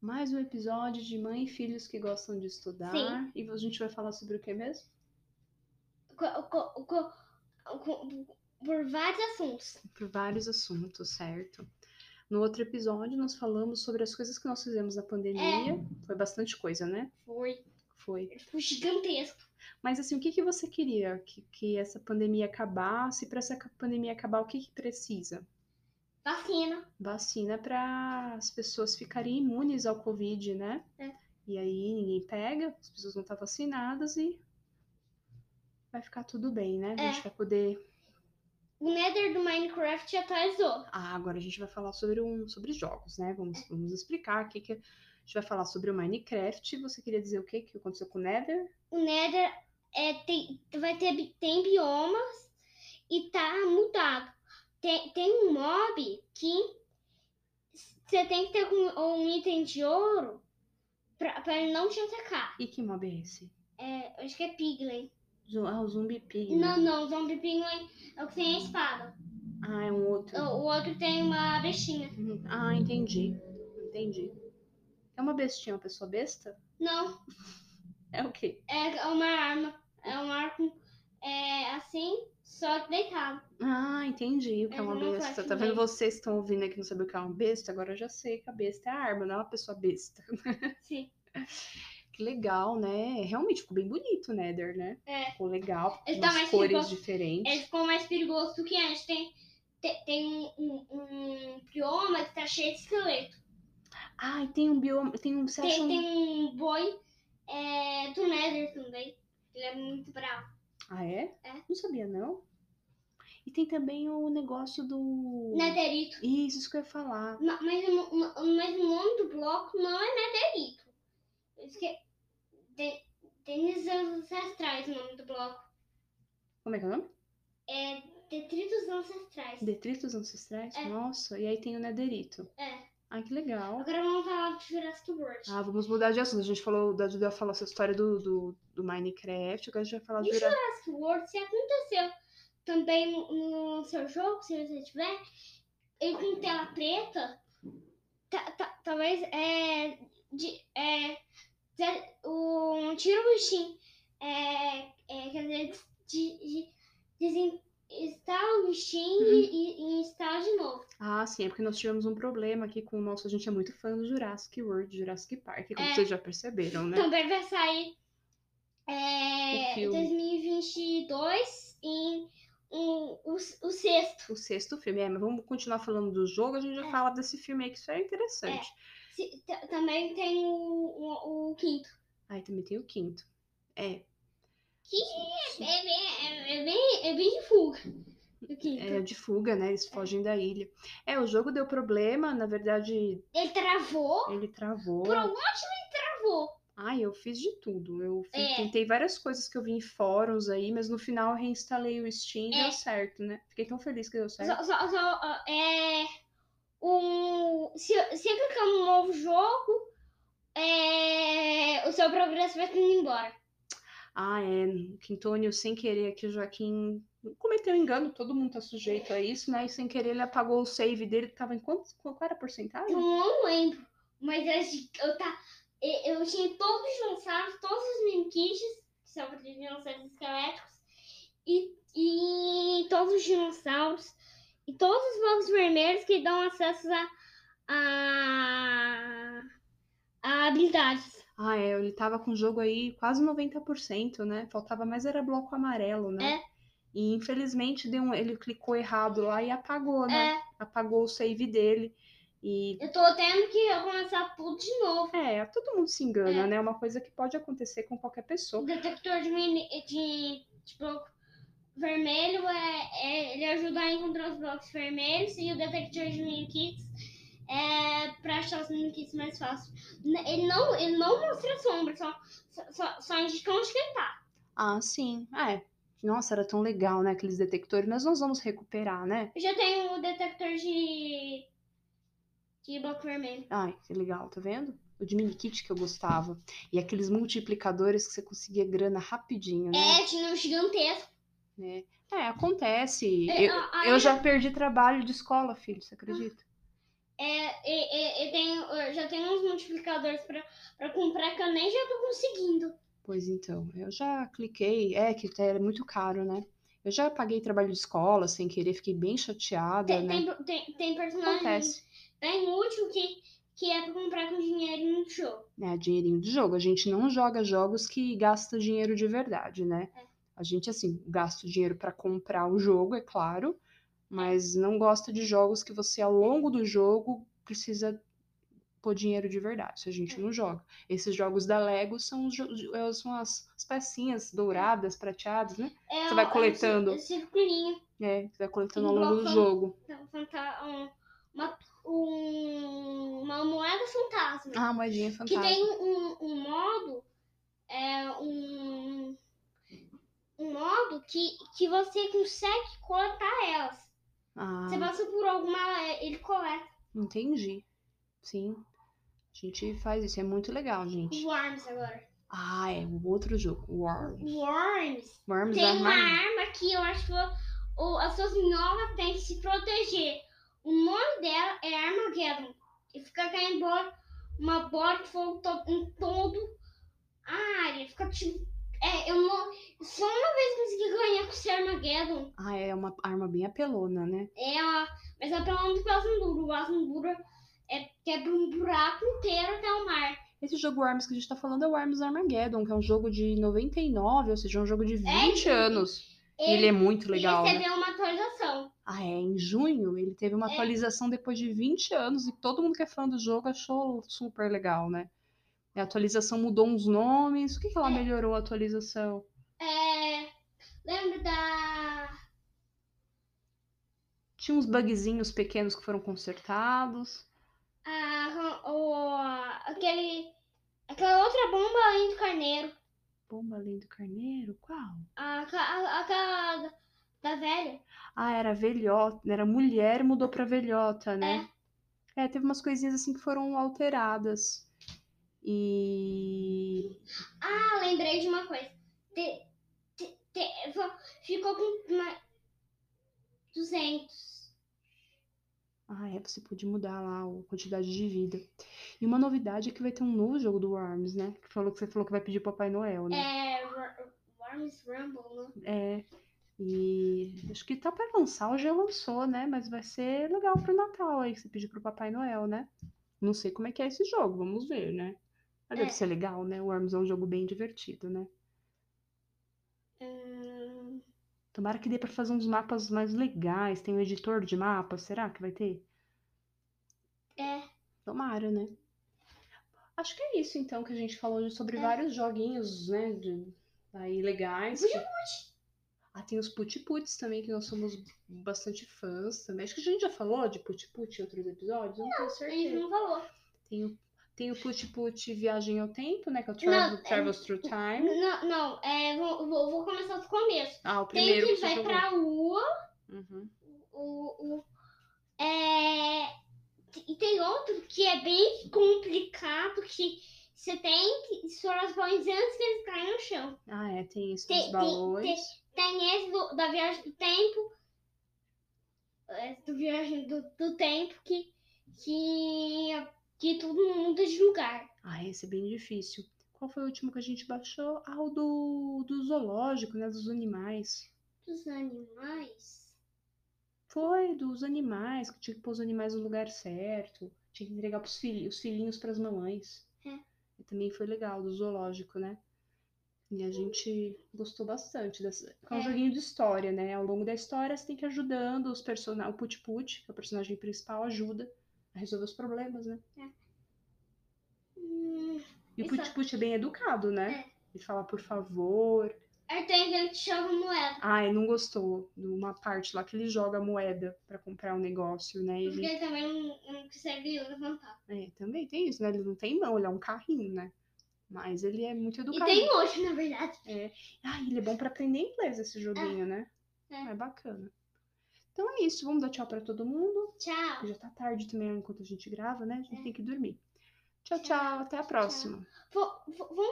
mais um episódio de Mãe e Filhos que Gostam de Estudar. Sim. E a gente vai falar sobre o que mesmo? Co- co- co- co- por vários assuntos. Por vários assuntos, certo? No outro episódio, nós falamos sobre as coisas que nós fizemos na pandemia. É. Foi bastante coisa, né? Foi Foi. tipo, gigantesco. Mas assim, o que, que você queria que, que essa pandemia acabasse? Para essa ca- pandemia acabar, o que, que precisa? Vacina. Vacina para as pessoas ficarem imunes ao Covid, né? É. E aí ninguém pega, as pessoas não estão vacinadas e vai ficar tudo bem, né? É. A gente vai poder O Nether do Minecraft atualizou. Ah, agora a gente vai falar sobre um sobre jogos, né? Vamos, vamos explicar o que que a gente vai falar sobre o Minecraft. Você queria dizer o que que aconteceu com o Nether? O Nether é, tem, vai ter, bi- tem biomas e tá mudado. Tem, tem um mob que você tem que ter um, um item de ouro pra, pra ele não te atacar. E que mob é esse? É, acho que é Piglin. Zo- Ah, o Zumbi Pig. né? Não, não, Zombie Piglin é o que tem a espada. Ah, é um outro. O, o outro tem uma bestinha. Hum, Ah, entendi. Entendi. É uma bestinha, uma pessoa besta? Não, É o quê? É uma arma. É um arco é, assim, só que deitado. Ah, entendi o que é Eu uma não besta. faço Tá vendo ideia. vocês que estão ouvindo aqui não saber o que é uma besta? Agora eu já sei que a besta é a arma, não é uma pessoa besta. Sim. Que legal, né? Realmente ficou bem bonito o Nether, né? É. Ficou legal, Ele tá umas mais cores perigoso. diferentes. Ele É, ficou mais perigoso do que antes. Tem, tem, tem um, um, um bioma que tá cheio de esqueleto. Ah, e tem um bioma. Tem um. Você acha Tem, um... tem um boi é, do Nether também. Ele é muito bravo. Ah, é? É. Não sabia, não. E tem também o negócio do. Netherito. Isso, isso que eu ia falar. Ma- Mas, o no- ma- mas o nome do bloco não é Netherito. Esque... De, Denis Ancestrais o nome do bloco. Como é que é o nome? É Detritos Ancestrais. Detritos ancestrais? É. Nossa, e aí tem o nederito. É. Ah, que legal. Agora vamos falar do Jurassic World. Ah, vamos mudar de assunto. A gente falou da Duda falou essa história do, do, do Minecraft, agora a gente vai falar do Isso. Jurassic. Jurassic World, se aconteceu também no, no seu jogo, se você tiver, ele com tela preta, ta- ta- talvez é, de, é, ze- o, um tira o Steam, é, é, quer dizer, des- de, de, desinstala o Steam Uhum. e, e- e instala de novo. Ah, sim, é porque nós tivemos um problema aqui com o nosso. A gente é muito fã do Jurassic World, Jurassic Park, como É. vocês já perceberam, né? Também vai sair O é, filme. 2022 em um, o, o sexto. O sexto filme, é, mas vamos continuar falando do jogo, a gente já É. fala desse filme aí, que isso é interessante. Se- ta- também tem o, o, o quinto. Aí também tem o quinto. É, É, bem, é, bem, é bem de fuga. O quinto. é de fuga, né? Eles fogem da ilha. É, o jogo deu problema, na verdade, Ele travou, ele travou. por algum motivo ele travou. Ai, eu fiz de tudo. Eu fi- É. tentei várias coisas que eu vi em fóruns aí, mas no final eu reinstalei o Steam e É. deu certo, né? Fiquei tão feliz que deu certo. Só, só, só, ó, é, um, se, se clicar no um novo jogo, é, o seu progresso vai indo embora. Ah, é. Quintônio, sem querer aqui, o Joaquim cometeu um engano, todo mundo tá sujeito a isso, né? E sem querer ele apagou o save dele, que tava em quanto? Qual era a porcentagem? Eu não lembro, mas eu, acho que eu, tá, eu eu tinha todos os dinossauros, todos os minikits, que são os dinossauros esqueléticos, e, e todos os dinossauros, e todos os blocos vermelhos que dão acesso a, a, a habilidades. Ah, é, ele tava com o jogo aí quase 90%, né? Faltava mais era bloco amarelo, né? E infelizmente deu um- ele clicou errado lá e apagou, né? É, Apagou o save dele. E eu tô tendo que começar tudo de novo. é, todo mundo se engana, É. né? É uma coisa que pode acontecer com qualquer pessoa. O detector de, mini, de, de bloco vermelho é, é- ele ajuda a encontrar os blocos vermelhos e o detector de minikits é pra achar os minikits mais fácil. N- Ele não, ele não mostra a sombra, só, só- só, só indica onde que ele tá. Ah, sim. Ah, é. Nossa, era tão legal, né? Aqueles detectores, mas nós vamos recuperar, né? Eu já tenho o detector de, de bloco vermelho. Ai, que legal, tá vendo? O de minikit que eu gostava. E aqueles multiplicadores que você conseguia grana rapidinho, né? É, tinha um gigantesco. ah, né? É, acontece. É, Eu, a- a- Ah, eu já perdi trabalho de escola, filho, você acredita? É, e- e- eu, tenho, eu já tenho uns multiplicadores pra, pra comprar que eu nem já tô conseguindo. Pois então, eu já cliquei. É que tá- era muito caro, né? Eu já paguei trabalho de escola sem querer, fiquei bem chateada, Tem, né? tem, tem, tem personagens Acontece. bem útil É que, que é pra comprar com dinheiro um no jogo. né, dinheirinho de jogo. A gente não joga jogos que gasta dinheiro de verdade, né? A gente, assim, gasta o dinheiro para comprar o jogo, é claro, mas não gosta de jogos que você, ao longo do jogo, precisa pôr dinheiro de verdade. Isso a gente não joga. Esses jogos da Lego são, os jo- eh, são as, as pecinhas douradas, prateadas, né? É Você um- vai é um ci- coletando. um circulinho. É, que vai coletando ao Um longo do blocão. jogo. Fanta- um- uma, um- uma moeda fantasma. Ah, moedinha Que fantástica. tem um, um modo, é um, um modo que, que você consegue coletar elas. Ah, Você passa por alguma, é, ele coleta entendi. Sim. A gente faz isso, é muito legal, gente. os worms agora. Ah, é um outro jogo. Worms. Worms. Worms Tem uma armário. arma que eu acho que o- o- as suas novas têm que se proteger. O nome dela é Armageddon. E fica caindo bola, uma bola de fogo to- em todo a área. Fica tipo. É, eu não. Só uma vez consegui ganhar com esse Armageddon. Ah, é uma arma bem apelona, né? É, ó, mas é pelo menos pelo Sanduro. O Sanduro é, quebra um buraco inteiro até o mar. Esse jogo Worms que a gente tá falando é o Worms Armageddon, que é um jogo de 99, ou seja, um jogo de 20 ele- anos. E Ele é muito legal, né? recebeu uma atualização. Ah, é. Em junho ele teve uma É. atualização depois de 20 anos e todo mundo que é fã do jogo achou super legal, né? A atualização mudou uns nomes. O que, que ela É. melhorou a atualização? É, lembra da. Tinha uns bugzinhos pequenos que foram consertados. A, ro- o, aquele, aquela outra bomba além do carneiro. Bomba além do carneiro? Qual? A, a- aquela da, da velha. Ah, era velhota, era mulher, mudou pra velhota, né? É. teve umas coisinhas assim que foram alteradas. E Ah, lembrei de uma coisa. Te- te- te- fo- ficou com uma, 200. ah, é, você pôde mudar lá a quantidade de vida. E uma novidade é que vai ter um novo jogo do Worms, né? Que falou que você falou que vai pedir Papai Noel, né? É. Wor- Worms Rumble, né? É. E acho que tá pra lançar, ou já lançou, né? Mas vai ser legal pro Natal aí, que você pedir pro Papai Noel, né? Não sei como é que é esse jogo, vamos ver, né? Mas deve É. ser legal, né? O Worms é um jogo bem divertido, né? Hum, Tomara que dê pra fazer uns mapas mais legais. Tem um editor de mapas, será que vai ter? É. Tomara, né? Acho que é isso então que a gente falou hoje sobre É. vários joguinhos, né, de- aí legais. um que- Ah, tem os put-puts também que nós somos bastante fãs também. Acho que a gente já falou de put-put em outros episódios, não, tenho ele certeza. não uhum. falou. Tem o tem o put-put viagem ao tempo, né, que é o Não, Travel, é- Travels Through Time. Não, não, é, vou, vou, vou começar do começo. Ah, o Tem primeiro que você vai jogou. pra lua, Uhum. o, o, é, e tem outro que é bem complicado, que você tem que estourar os balões antes que eles caem no chão. Ah, é, tem esses Tem- tem- balões. Tem esse do- da viagem do tempo, esse do viagem do, do tempo, que, que, que todo mundo muda de lugar. Ah, esse é bem difícil. Qual foi o último que a gente baixou? Ah, o do, do zoológico, né? Dos animais. Dos animais... Foi, dos animais, que tinha que pôr os animais no lugar certo. Tinha que entregar pros filhos, os filhinhos pras mamães. É. E também foi legal, do zoológico, né? E a gente gostou bastante. Dessa... Hum. É um É. joguinho de história, né? Ao longo da história, você tem que ir ajudando os personagens. O Put-Put, que é o personagem principal, ajuda a resolver os problemas, né? Hum, E o Isso é- Put-Put é bem educado, né? Ele fala, por favor, Aí tem aquele que joga moeda. Ah, ele não gostou de uma parte lá que ele joga a moeda pra comprar um negócio, né? Porque Ele, ele também não, não consegue levantar. é, também tem isso, né? Ele não tem mão, ele é um carrinho, né? Mas ele é muito E educado. tem hoje, na verdade. Ah, ele é bom pra aprender inglês esse joguinho, né? É. É bacana. Então é isso, vamos dar tchau pra todo mundo. Tchau. Já tá tarde também enquanto a gente grava, né? A gente É. tem que dormir. Tchau, Tchau, tchau, até a próxima. Vou, vou, vou